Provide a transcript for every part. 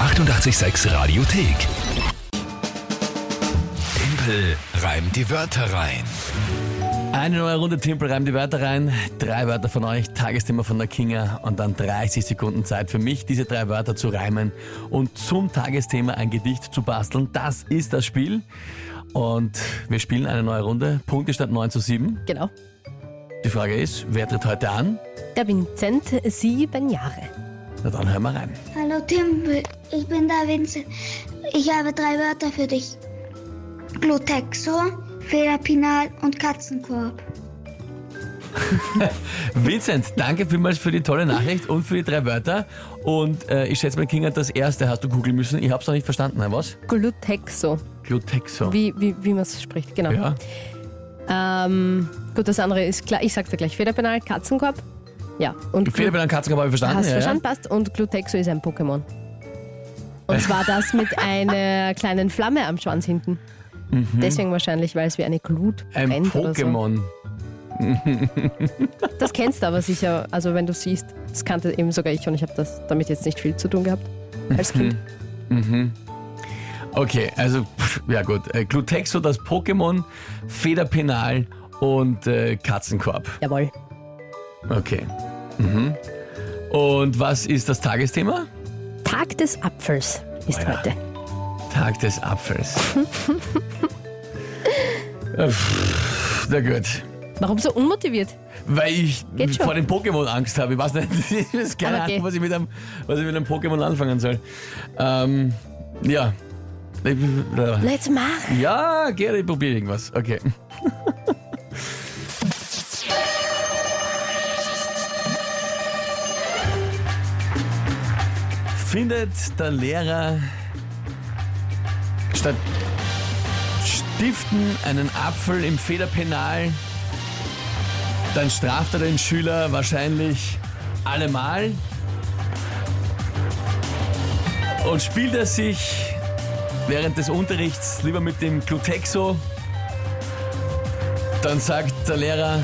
886 Radiothek. Tempel reimt die Wörter rein. Eine neue Runde Timpel, reim die Wörter rein. Drei Wörter von euch, Tagesthema von der Kinga und dann 30 Sekunden Zeit für mich, diese drei Wörter zu reimen und zum Tagesthema ein Gedicht zu basteln. Das ist das Spiel. Und wir spielen eine neue Runde. Punktestand 9 zu 7. Genau. Die Frage ist, wer tritt heute an? Der Vincent, sieben Jahre. Na dann hören wir rein. Hallo Timpel, ich bin der Vincent. Ich habe drei Wörter für dich. Glutexo, Federpinal und Katzenkorb. Vincent, danke vielmals für die tolle Nachricht und für die drei Wörter. Und äh, ich schätze mal, Kinga, das erste hast du googeln müssen. Ich hab's noch nicht verstanden. Na, was? Glutexo, Glutexo. wie, wie, wie man es spricht, genau. Ja. Ähm, gut, das andere ist klar. Ich sag's dir gleich. Federpenal, Katzenkorb. Ja. Und Fehler bei den Katzenkorb habe ich verstanden. Hast ja, verstanden, passt. Und Glutexo ist ein Pokémon. Und zwar das mit einer kleinen Flamme am Schwanz hinten. Deswegen wahrscheinlich, weil es wie eine Glut Ja. Mhm. Ein brennt oder Pokémon. so. Das kennst du aber sicher, also wenn du siehst. Das kannte eben sogar ich und ich habe das damit jetzt nicht viel zu tun gehabt als Kind. Okay, also, pff, ja gut. Äh, Glutexo, das Pokémon, Federpenal und äh, Katzenkorb. Jawohl. Okay. Mhm. Und was ist das Tagesthema? Tag des Apfels ist ja. heute. Tag des Apfels. Äh, pff, Na gut. Warum so unmotiviert? Weil ich Geht schon. vor dem Pokémon Angst habe. Ich weiß nicht, ich weiß keine Aber Ahnung, geht. was ich, mit einem, was ich mit einem Pokémon anfangen soll. Ähm, ja. Ich- äh, Let's mach! Ja, gerne, ich probiere irgendwas. Okay. Findet der Lehrer statt Stiften einen Apfel im Federpenal, dann straft er den Schüler wahrscheinlich allemal und spielt er sich während des Unterrichts lieber mit dem Glutexo. Dann sagt der Lehrer,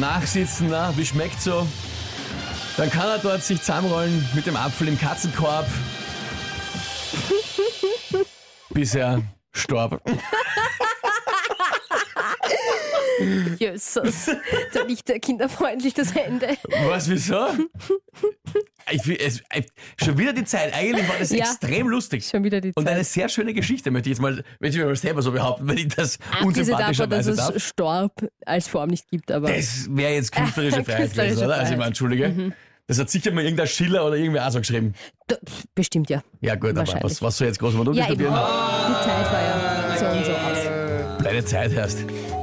nachsitzen, na, wie schmeckt so? Dann kann er dort sich zusammenrollen mit dem Apfel im Katzenkorb. bis er starb. Jesus. Das ist nicht sehr kinderfreundlich, das Ende. Was, wieso? Ich, will- es, ich, schon wieder die Zeit. Eigentlich war das Ja. extrem lustig. Schon wieder die Und Zeit. eine sehr schöne Geschichte, möchte ich jetzt mal, möchte ich mal selber so behaupten, wenn ich das Abgesehen davon, dass unsympathischerweise es darf. Storb als Form nicht gibt, aber. Das wäre jetzt künstlerische Freiheit Künstlerische gewesen, oder? Also, ich meine, Freiheit. Mhm. entschuldige. Das hat sicher mal irgendein Schiller oder irgendwer auch so geschrieben. D- pf, Bestimmt ja. Ja, gut, aber Wahrscheinlich. was, was soll jetzt groß mal Ja, eben. Die diskutieren? Zeit war ja so und so aus. Bleine Zeit hast.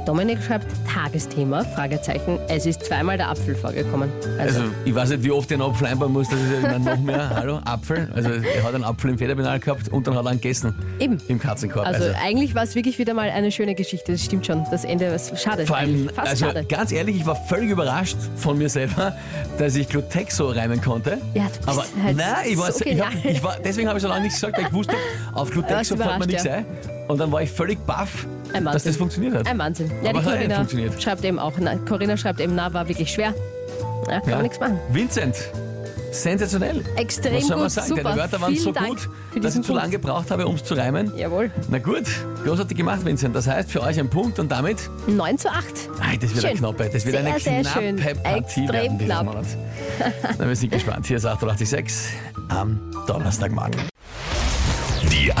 Dominik schreibt Tagesthema, Fragezeichen. Es ist zweimal der Apfel vorgekommen. Also, Also, ich weiß nicht, wie oft ich einen Apfel einbauen muss, das ist ja ich mein, noch mehr. Hallo, Apfel. Also, er hat einen Apfel im Federpenal gehabt und dann hat er einen gegessen. Eben. Im Katzenkorb. also, eigentlich war es wirklich wieder mal eine schöne Geschichte. Das stimmt schon. Das Ende ist schade. Vor allem, eigentlich. Fast also schade. ganz ehrlich, ich war völlig überrascht von mir selber, dass ich Glutexo reimen konnte. Ja, du bist Aber halt nein, ich war, so ich hab, genial. ich war, deswegen habe ich so lange nichts gesagt, weil ich wusste, auf Glutexo Du warst fällt mir nichts überrascht, ja. ein. Und dann war ich völlig baff, dass Ein Wahnsinn. das funktioniert hat. Ein Wahnsinn. Ja, Aber es hat die ja nicht Corinna funktioniert. schreibt eben auch. Na, Corinna schreibt eben, na, war wirklich schwer. Ja, kann man nichts machen. Vincent, sensationell. Extrem Was soll man gut, sagen? super. Deine Wörter waren Vielen so Dank für gut, dass diesen ich zu lange gebraucht habe, um es zu reimen. Jawohl. Na gut, großartig gemacht, Vincent. Das heißt, für euch ein Punkt und damit, 9 zu 8. Ei, das wird Schön. eine knappe, das wird Sehr, eine sehr knappe schön. Partie Extrem werden dieses knapp. Monat. Na, wir sind gespannt. Hier ist 886 am Donnerstagmorgen. Die